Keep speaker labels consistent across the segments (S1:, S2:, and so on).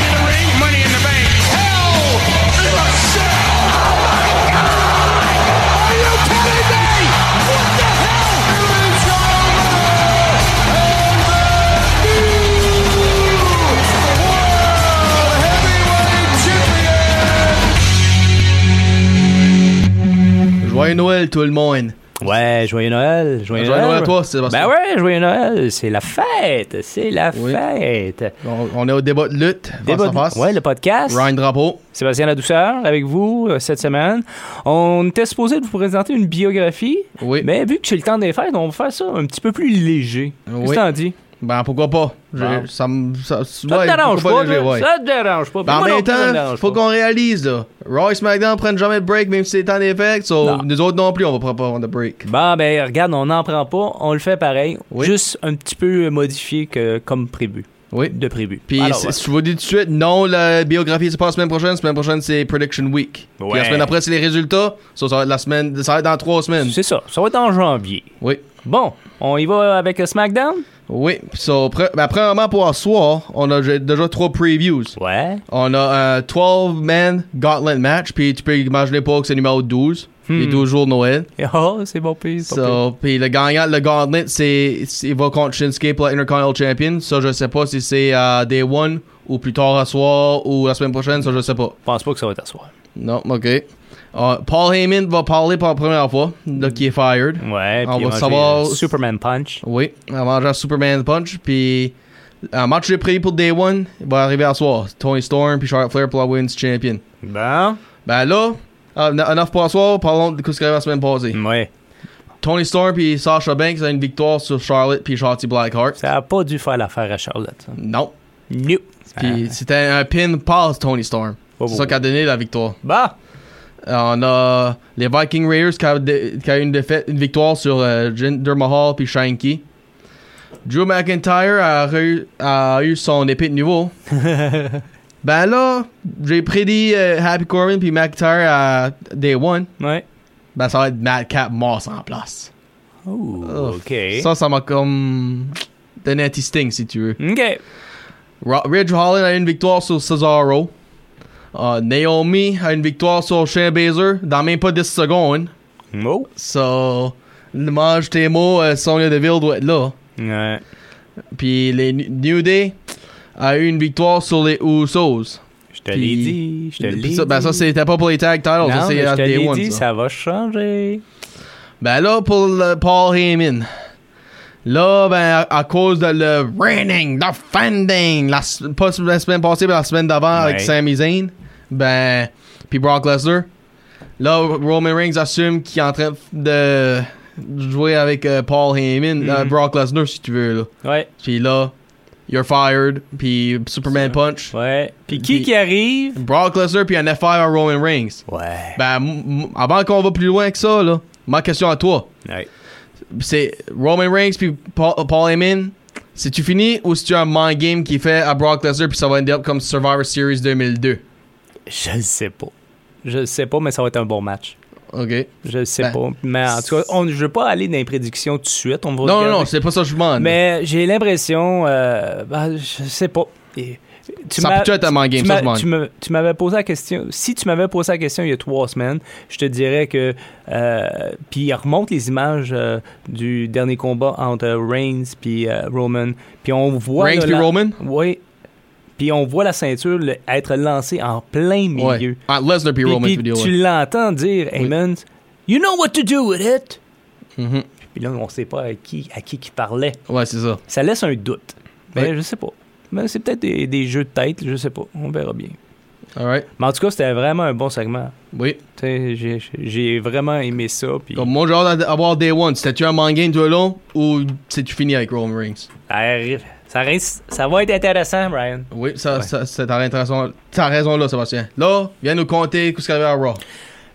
S1: of the Ring, Money in the Bank.
S2: Hell in a Cell. Oh Are you kidding me? What the hell?
S3: Joyeux Noël tout le monde.
S4: Ouais, joyeux Noël. Joyeux,
S3: joyeux Noël. Noël. à toi, Sébastien.
S4: Ben ouais, joyeux Noël. C'est la fête. C'est la oui. fête.
S3: On, on, est au débat de lutte.
S4: Débat face de, à face. Ouais, le podcast.
S3: Ryan Drapeau.
S4: Sébastien La Douceur avec vous euh, cette semaine. On était supposé de vous présenter une biographie.
S3: Oui.
S4: Mais vu que c'est le temps des fêtes, on va faire ça un petit peu plus léger. Oui. Qu'est-ce que t'en dis?
S3: Ben pourquoi pas? Je,
S4: bon.
S3: Ça me ça,
S4: ouais, dérange pas. pas léger, ouais. Ça te dérange pas.
S3: Ben, en même temps, faut qu'on réalise là. Royce McDonald prenne jamais de break même si c'est temps des fêtes. So, nous autres non plus, on va pas prendre de break.
S4: Bon ben regarde, on n'en prend pas, on le fait pareil, oui. juste un petit peu modifié que comme prévu.
S3: Oui.
S4: De prévu.
S3: Puis Alors, ouais. je vous dis tout de suite, non, la biographie c'est pas la semaine prochaine. La semaine prochaine c'est Prediction Week.
S4: Ouais.
S3: Puis la semaine après c'est les résultats. So, ça va être la semaine, ça va être dans trois semaines.
S4: C'est ça. Ça va être en janvier.
S3: Oui.
S4: Bon, on y va avec SmackDown.
S3: Oui, so, pre ben, premièrement pour ce soir, on a déjà trois previews.
S4: Ouais.
S3: On a un 12-man gauntlet match, puis tu peux imaginer pas que c'est numéro 12. Hmm. Les 12 jours de Noël.
S4: Oh, c'est bon, puis
S3: so, Puis le gagnant, le gauntlet, c'est, il va contre Shinsuke pour l'Intercontinental Champion. Ça, so, je sais pas si c'est euh, Day 1 ou plus tard à soir ou la semaine prochaine, ça, je sais pas.
S4: Je pense pas que ça va être à soir.
S3: Non, ok. Uh, Paul Heyman va parler pour la première fois, là qui est fired.
S4: Ouais, on va savoir. Superman Punch.
S3: Oui, on va manger Superman Punch. Puis un match de prix pour Day One va arriver à soir. Tony Storm puis Charlotte Flair pour la Wins Champion.
S4: Ben.
S3: Ben là, enough pour soir, parlons de ce qui arrive la semaine passée.
S4: Ouais.
S3: Tony Storm puis Sasha Banks a une victoire sur Charlotte puis Shotty Blackheart.
S4: Ça a pas dû faire l'affaire à Charlotte. Ça.
S3: Non.
S4: Nope.
S3: Puis c'était un pin pass Tony Storm. Ah. Oh, C'est oh, ça oh. qui a donné la victoire.
S4: Bah!
S3: On a les Viking Raiders qui a, qui a une, défaite, une victoire sur euh, Jinder Mahal puis Shanky. Drew McIntyre a, re, a, eu son épée de niveau. ben là, j'ai prédit euh, Happy Corbin puis McIntyre à Day One.
S4: Ouais.
S3: Ben ça va être Madcap Moss en place.
S4: Oh, ok.
S3: Ça, ça m'a comme donné un petit sting si tu veux.
S4: Ok.
S3: Ro Ridge Holland a une victoire sur Cesaro. Uh, Naomi a une victoire sur Shane Baszler dans même pas 10 secondes.
S4: No.
S3: So, le mange tes mots, uh, Sonia Deville doit être là.
S4: Ouais.
S3: Puis les New Day a eu une victoire sur les Usos.
S4: Je te l'ai dit, je te l'ai dit.
S3: Ben ça, c'était pas pour les tag titles,
S4: non,
S3: ça c'est
S4: Je te l'ai dit, ça. ça. va changer.
S3: Ben là, pour le Paul Heyman. Là, ben, à, à, cause de le raining, the fending, la, pas la semaine passée, mais la semaine d'avant ouais. avec Sami Zayn, ben, puis Brock Lesnar. Là, Roman Reigns assume qu'il est en train de jouer avec euh, Paul Heyman, mm -hmm. euh, Brock Lesnar, si tu veux.
S4: Là. Ouais.
S3: Puis là, You're fired, puis Superman Punch.
S4: Ouais. Puis qui pis, qui arrive
S3: Brock Lesnar, puis un F5 à Roman Reigns.
S4: Ouais.
S3: Ben, avant qu'on va plus loin que ça, là, ma question à toi.
S4: Ouais
S3: c'est Roman Reigns puis Paul, euh, Paul Heyman. Si tu finis ou si tu as un mind game qui fait à Brock Lesnar puis ça va être comme Survivor Series 2002?
S4: Je ne sais pas. Je ne sais pas, mais ça va être un bon match.
S3: OK.
S4: Je ne sais ben, pas. Mais en tout cas, on, je ne veux pas aller dans les prédictions tout de suite. On va
S3: non, non, non, c'est pas ça que je demande.
S4: Mais j'ai l'impression. Euh, ben, je ne sais pas. Et,
S3: tu ça peut être un mind game, ça, je
S4: Tu m'avais posé la question. Si tu m'avais posé la question il y a trois semaines, je te dirais que. Euh, puis il remonte les images euh, du dernier combat entre Reigns puis euh, Roman. Puis on voit.
S3: Reigns puis
S4: la...
S3: Roman?
S4: Oui. Puis on voit la ceinture le, être lancée en plein milieu.
S3: Ouais. Ah, Lesnar puis Roman.
S4: Puis tu l'entends dire, Heyman, You know what to do with it.
S3: Mm -hmm.
S4: Puis là, on ne sait pas à qui à qui, qui parlait.
S3: Ouais, c'est ça.
S4: Ça laisse un doute. Mais ouais. je sais pas. Mais c'est peut-être des, des, jeux de tête, je sais pas. On verra bien.
S3: Alright.
S4: Mais en tout cas, c'était vraiment un bon segment.
S3: Oui.
S4: J'ai ai vraiment aimé ça. Pis...
S3: Comme moi, j'ai hâte d'avoir Day One. C'était-tu un manga tout long ou c'est-tu fini avec Roman Reigns?
S4: Ça, reste, ça, va être intéressant, Brian.
S3: Oui, ça, ouais. ça, c'est t'as raison, raison, là, Sébastien. Là, viens nous compter ce qu'il y avait à Raw.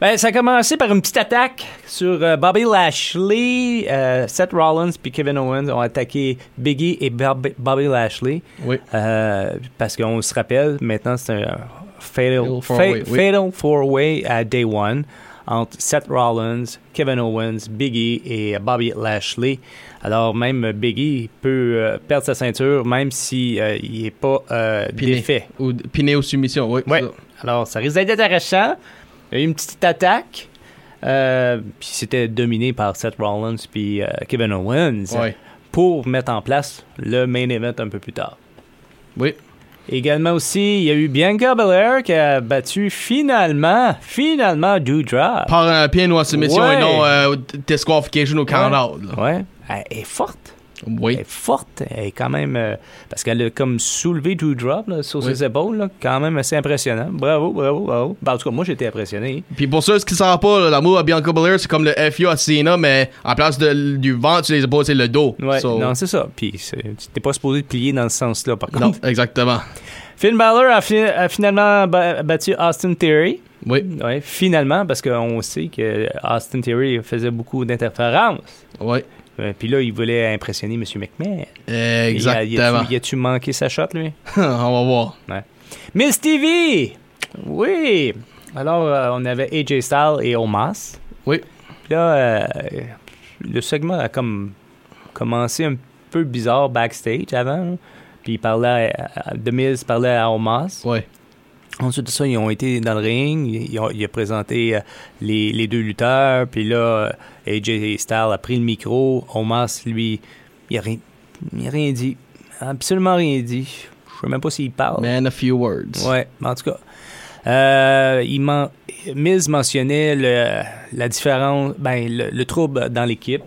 S4: Ben, ça a commencé par une petite attaque sur euh, Bobby Lashley. Euh, Seth Rollins puis Kevin Owens ont attaqué Biggie et Bob- Bobby Lashley.
S3: Oui.
S4: Euh, parce qu'on se rappelle, maintenant, c'est un euh, fatal,
S3: Fatal four-way,
S4: fa-
S3: oui.
S4: fatal four-way à Day One entre Seth Rollins, Kevin Owens, Biggie et Bobby Lashley. Alors, même Biggie peut euh, perdre sa ceinture, même s'il n'est pas euh,
S3: Piné.
S4: défait.
S3: Ou d- piné aux soumissions, oui.
S4: Ouais.
S3: c'est ça.
S4: Alors, ça risque d'être intéressant. Il y a eu une petite attaque. euh, puis c'était dominé par Seth Rollins puis euh, Kevin Owens
S3: Ouais.
S4: pour mettre en place le main event un peu plus tard.
S3: Oui.
S4: Également aussi, il y a eu Bianca Belair qui a battu finalement, finalement Doudrop.
S3: Par un pied ou en soumission
S4: Ouais.
S3: et non euh, d- disqualification ou count out. là.
S4: Ouais. Elle est forte.
S3: Oui.
S4: Elle est forte. Elle est quand même... euh, parce qu'elle a comme soulevé Doudrop là, sur
S3: Oui.
S4: ses épaules. là. Quand même assez impressionnant. Bravo, bravo, bravo. Ben, en tout cas, moi, j'étais impressionné.
S3: Puis pour ceux qui ne savent pas, là, l'amour à Bianca Belair, c'est comme le FU à Cena, mais en place de- du ventre, tu les épaules, c'est le dos.
S4: Ouais,
S3: So-
S4: non, c'est ça. Puis c'est- t'es pas supposé te plier dans le sens là, par contre.
S3: non, exactement.
S4: Finn Balor a, fi- a finalement ba- battu Austin Theory.
S3: Oui,
S4: Ouais, finalement, parce qu'on sait que Austin Theory faisait beaucoup d'interférences.
S3: oui,
S4: Euh, Puis là, il voulait impressionner M. McMahon. Il a- il a-
S3: exactement.
S4: Il a-tu manqué sa shot, lui?
S3: On va voir.
S4: Miss Stevie! Oui! Alors, euh, on avait AJ Styles et Omas.
S3: Oui.
S4: Puis là, euh, le segment a comme commencé un peu bizarre backstage avant. là. Puis il parlait à, à- The Miz parlait à Omas.
S3: Oui.
S4: Ensuite de ça, ils ont été dans le ring. Ils ont- il a présenté euh, les, les deux lutteurs. Puis là, euh, AJ Styles a pris le micro. Omas, lui, il a rien, il a rien dit. Absolument rien dit. Je sais même pas s'il parle.
S3: Man, a few words.
S4: Oh. Ouais, mais en tout cas. Euh, il men- Miz mentionnait le, la différence, ben, le, le trouble dans l'équipe.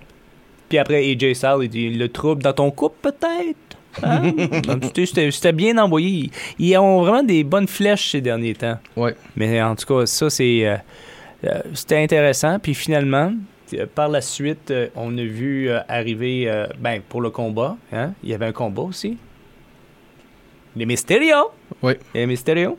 S4: Puis après, AJ Styles, il dit le trouble dans ton couple, peut-être. Hein? Donc, c'était- C'était c'était bien envoyé. Ils, ils ont vraiment des bonnes flèches ces derniers temps.
S3: Ouais.
S4: Mais en tout cas, ça, c'est. euh, euh, C'était intéressant. Puis finalement, euh, par la suite, euh, on a vu euh, arriver, euh, ben, pour le combat, hein? il y avait un combat aussi. Les Mysterio.
S3: Oui.
S4: Les Mysterio.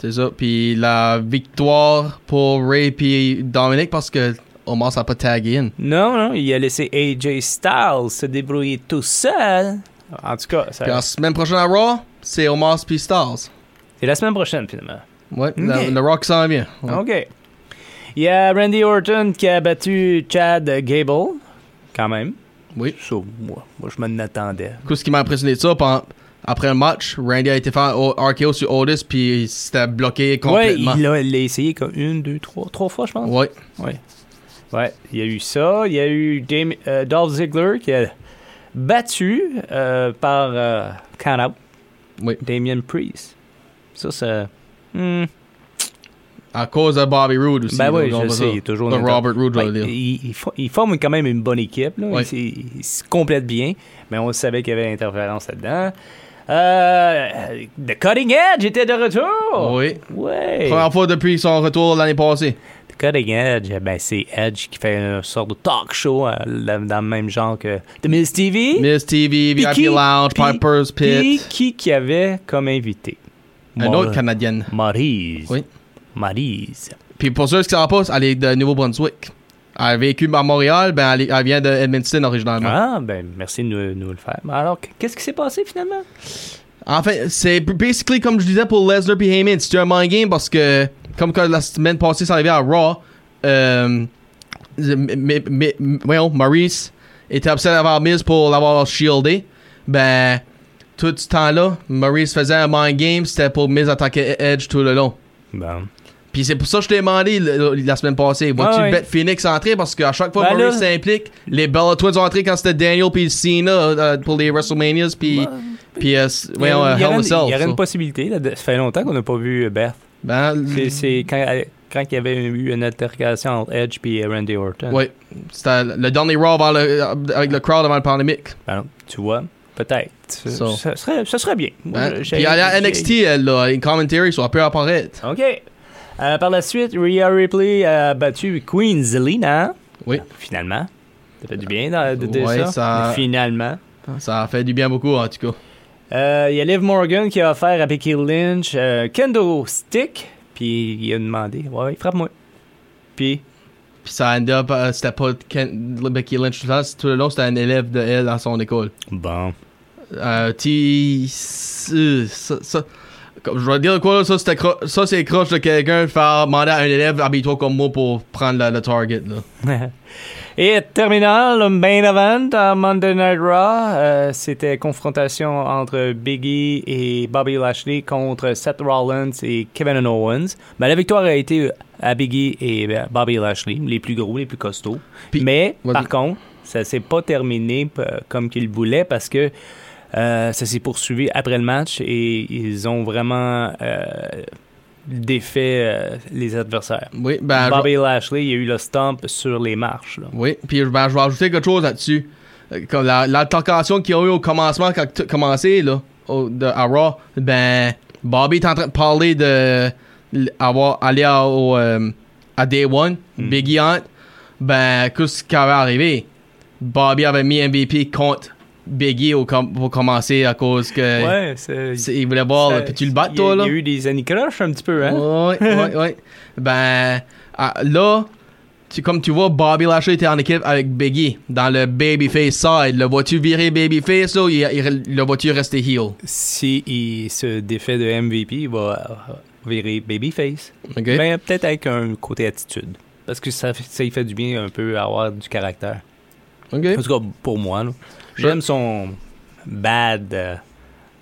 S3: C'est ça. Puis la victoire pour Ray puis Dominic parce que Omar s'est pas tagué in.
S4: Non, non, il a laissé AJ Styles se débrouiller tout seul. En tout cas, ça-
S3: Puis la semaine prochaine à Raw, c'est Omar puis Stars.
S4: c'est la semaine prochaine finalement.
S3: Ouais, la-
S4: Ok. Ah,
S3: le Rock s'en vient. Ouais.
S4: OK. Il y a Randy Orton qui a battu Chad Gable, quand même.
S3: Oui.
S4: Ça, moi, moi, je m'en attendais.
S3: Coup, ce qui m'a impressionné de ça, pen- après le match, Randy a été faire au- RKO sur Otis puis il s'était bloqué
S4: Ouais,
S3: complètement.
S4: il l'a il l'a essayé comme une, deux, trois, trois fois, je pense.
S3: Ouais.
S4: Ouais, il y a eu ça. Il y a eu Dame- euh, Dolph Ziggler qui a battu euh, par euh, count out.
S3: Oui.
S4: Damien Priest. Ça, ça. Hmm.
S3: À cause de Bobby Roode aussi.
S4: Ben
S3: donc,
S4: oui, je
S3: on va ça.
S4: sais, il est toujours
S3: De
S4: dans le Ben,
S3: Robert Roode, je
S4: Ouais,
S3: vais le dire.
S4: ils, ils fo- ils forment quand même une bonne équipe. là.
S3: Ouais.
S4: Ils, ils- ils se complètent bien, mais on savait qu'il y avait interférence là-dedans. Euh, The Cutting Edge était de retour!
S3: Oui.
S4: Ouais.
S3: Première fois depuis son retour l'année passée.
S4: The Cutting Edge, ben, c'est Edge qui fait une sorte de talk show euh, la- dans le même genre que The Miz TV.
S3: Miss TV,
S4: Puis
S3: VIP
S4: qui-
S3: Lounge,
S4: puis-
S3: Piper's
S4: Puis
S3: Pit.
S4: qui qui avait comme invité?
S3: Une autre Canadienne.
S4: Maryse.
S3: Oui.
S4: Maryse.
S3: Puis pour ceux qui savent pas, elle est de Nouveau-Brunswick. Elle a vécu à Montréal, ben elle, est- elle vient de Edmonton originalement.
S4: Ah, ben, merci de nous, nous le faire. Alors, qu'est-ce qui s'est passé finalement?
S3: En fait, c'est basically comme je disais pour Lesnar puis Heyman, c'est un mind game parce que comme quand la semaine passée c'est arrivé à Raw, euh, mais- mais- mais- voyons, Maurice était upset d'avoir Miz pour l'avoir shieldé. Ben tout ce temps-là, Maurice faisait un mind game, c'était pour Miz attaquer Edge tout le long.
S4: Bon.
S3: Puis c'est pour ça que je t'ai demandé le- la semaine passée, vois-tu
S4: Ah ouais.
S3: Bet Phoenix entrer parce qu'à chaque fois
S4: Ben
S3: que
S4: là-
S3: Maurice s'implique, les Bella Twins ont entré quand c'était Daniel puis Cena euh, pour les WrestleManias puis puis euh, s-
S4: Il y
S3: voyons,
S4: a-
S3: euh,
S4: il
S3: Hell
S4: y
S3: in
S4: aurait
S3: a
S4: une-
S3: Cell.
S4: il y aurait
S3: ça.
S4: une possibilité. là, de- ça fait longtemps qu'on n'a pas vu euh, Beth.
S3: Ben,
S4: C'est- C'est quand, elle- quand il y avait eu une altercation entre Edge et Randy Orton.
S3: ouais, c'était le dernier Raw avant le- euh, avec le crowd avant le pandémique.
S4: Ben, tu vois, peut-être. Ce
S3: So.
S4: ça serait, ça serait bien. Moi,
S3: Ben,
S4: j'ai-
S3: puis elle est à
S4: j'ai-
S3: NXT, elle, là, une commentary, ça peut apparaître.
S4: OK. Euh, par la suite, Rhea Ripley a battu Queen Zelina.
S3: Oui.
S4: Finalement. Ça fait du bien dans- de, de
S3: Ouais,
S4: ça.
S3: ça-
S4: Finalement.
S3: Ça fait du bien beaucoup en tout cas.
S4: Euh, Il y a Liv Morgan qui a offert à Becky Lynch euh, Kendo Stick. Puis il a demandé Ouais, frappe-moi. Puis,
S3: Puis ça end up, euh, c'était pas Ken- Becky Lynch tout le temps, tout le long, c'était un élève de elle à son école.
S4: bon.
S3: Euh, tu- c'est- ça, ça- comme je vais dire quoi, là, ça, c'était cro- ça c'est croche de quelqu'un de faire demander à un élève, habille-toi comme moi pour prendre la- le target. Là.
S4: Et terminant, le main event à Monday Night Raw, euh, c'était confrontation entre Biggie et Bobby Lashley contre Seth Rollins et Kevin Owens. Ben, la victoire a été à Biggie et ben, Bobby Lashley, les plus gros, les plus costauds.
S3: Puis-
S4: Mais
S3: Vas-y.
S4: par contre, ça s'est pas terminé p- comme qu'ils voulaient parce que euh, ça s'est poursuivi après le match et ils ont vraiment euh, défait euh, les adversaires.
S3: Oui, ben, je-
S4: Bobby Lashley, il y a eu le stomp sur les marches. là.
S3: oui, puis ben, je vais ajouter quelque chose là-dessus. Euh, Comme la- l'altercation qu'ils ont eu au commencement, quand tout a commencé là, au- de, à Raw, ben, Bobby est en train de parler de l- avoir aller à, au, euh, à Day One,
S4: Hmm.
S3: Biggie Hunt. Ben, qu'est-ce qui avait arrivé? Bobby avait mis MVP contre Biggie au com- pour commencer à cause que.
S4: Ouais, c'est.
S3: C'est- Il voulait voir,
S4: ça-
S3: puis tu le battes,
S4: il y a-
S3: toi, là.
S4: Il y a eu des années croches un petit peu, hein?
S3: Ouais, ouais, ouais. Ben, ah, là, tu, comme tu vois, Bobby Lashley était en équipe avec Biggie dans le Babyface side. Le vois-tu virer Babyface, là, ou il- il- le vois-tu rester heel?
S4: Si il se défait de MVP, il va euh, virer Babyface.
S3: OK?
S4: Mais peut-être avec un côté attitude. Parce que ça, fait- ça lui fait du bien un peu à avoir du caractère.
S3: OK.
S4: En tout cas, pour moi, là. J'aime son bad. euh,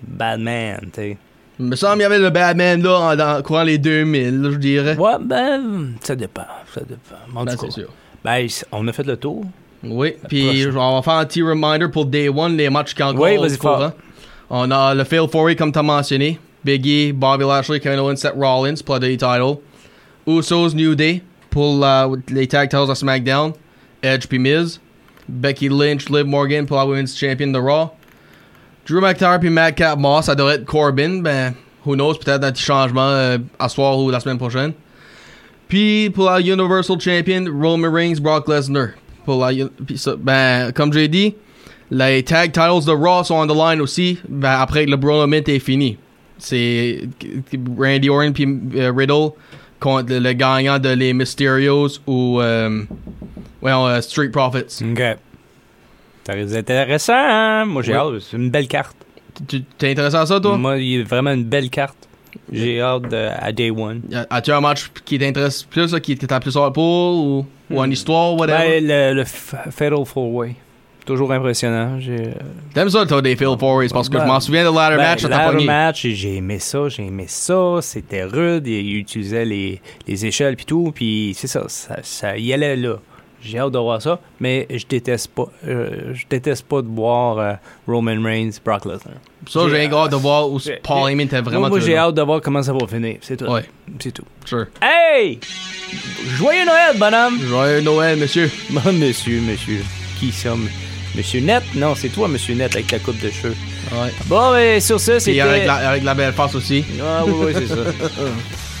S4: bad man, tu sais.
S3: Il me semble qu'il y avait le Batman, là, en, dans, courant les 2000, là, je dirais.
S4: Ouais, ben, ça dépend. Ça dépend. En
S3: Ben,
S4: tout
S3: c'est
S4: cas,
S3: sûr.
S4: ben, on a fait le tour.
S3: Oui, puis
S4: prochaine.
S3: je- on va faire un petit reminder pour Day One, les matchs qui ont
S4: Oui,
S3: encore
S4: vas-y,
S3: au courant.
S4: fort.
S3: On a le Fail Foray, comme tu as mentionné. Biggie, Bobby Lashley, Kevin Owens, Seth Rollins pour le title. Usos, New Day pour euh, les tag titles à SmackDown. Edge puis Miz. Becky Lynch, Liv Morgan pour la Women's Champion de Raw. Drew McIntyre puis Madcap Moss, ça devrait être Corbin. Ben, who knows, peut-être un petit changement euh, à soir ou la semaine prochaine. Puis pour la Universal Champion, Roman Reigns, Brock Lesnar. Pour la, Uni- puis ça- ben, comme j'ai dit, les tag titles de Raw sont on the line aussi. Ben, après que le Brawl Mint est fini. C'est Randy Orton puis euh, Riddle contre le, le gagnant de les Mysterios ou euh, well, euh, Street Profits.
S4: OK. Ça risque d'être intéressant, hein? Moi, j'ai
S3: Ouais.
S4: hâte. C'est une belle carte.
S3: Tu t'es intéressé à ça, toi?
S4: Moi, il y a vraiment une belle carte. J'ai hâte de- à Day One.
S3: Y a- As-tu un match qui t'intéresse plus, là, qui que t'as plus hâte pour, ou, ou en histoire, whatever?
S4: Mm. Ben, le, le f- Fatal Four Way. Toujours impressionnant. J'ai
S3: T'aimes ça, toi, des Phil Forways, parce que
S4: Ben,
S3: je m'en souviens de ladder
S4: Ben,
S3: match, ça t'a
S4: ladder
S3: pogné.
S4: match, et j'ai aimé ça, j'ai aimé ça. C'était rude. Il, il utilisait les, les échelles puis tout. Puis c'est ça, ça, ça y allait là. J'ai hâte de voir ça, mais je déteste pas, euh, je déteste pas de voir euh, Roman Reigns, Brock Lesnar.
S3: Ça, j'ai
S4: j'ai-
S3: hâte de voir où
S4: j'ai-
S3: Paul Heyman était vraiment
S4: Moi, moi,
S3: tout
S4: j'ai
S3: là.
S4: hâte de voir comment ça va finir. C'est tout.
S3: Ouais,
S4: C'est tout.
S3: sure.
S4: Hey! Joyeux Noël, bonhomme!
S3: Joyeux Noël, monsieur.
S4: Bon, monsieur, monsieur. Qui sommes? Monsieur Net? Non, c'est toi, monsieur Net, avec ta coupe de cheveux.
S3: Ouais.
S4: Bon, mais sur ce,
S3: Puis
S4: c'était...
S3: avec la, avec la belle face aussi.
S4: Ah, oui, oui, c'est ça.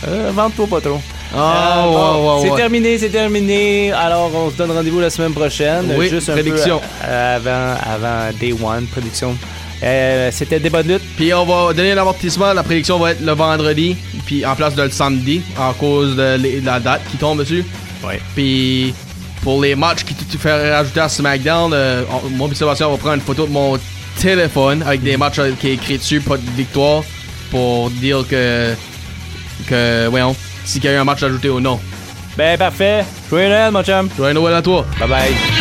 S4: Euh, Vente-toi pas trop.
S3: Oh,
S4: Ah, bon,
S3: ouais, ouais,
S4: c'est
S3: ouais.
S4: terminé, c'est terminé. Alors, on se donne rendez-vous la semaine prochaine.
S3: Oui,
S4: Juste un
S3: prédiction.
S4: peu à- avant, avant Day One, prédiction. Euh, c'était Débat de lutte.
S3: Puis on va donner l'avertissement, la prédiction va être le vendredi, puis en place de le samedi, en cause de les- la date qui tombe dessus.
S4: Ouais.
S3: Puis pour les matchs qui tu fais rajouter à SmackDown, euh, on- moi et Sébastien, on va prendre une photo de mon téléphone avec des matchs euh, qui est écrit dessus, pas de victoire, pour dire que. que. voyons, s'il y a eu un match ajouté ou non.
S4: Ben, parfait. Joyeux Noël, mon chum.
S3: Joyeux Noël à toi!
S4: Bye-bye.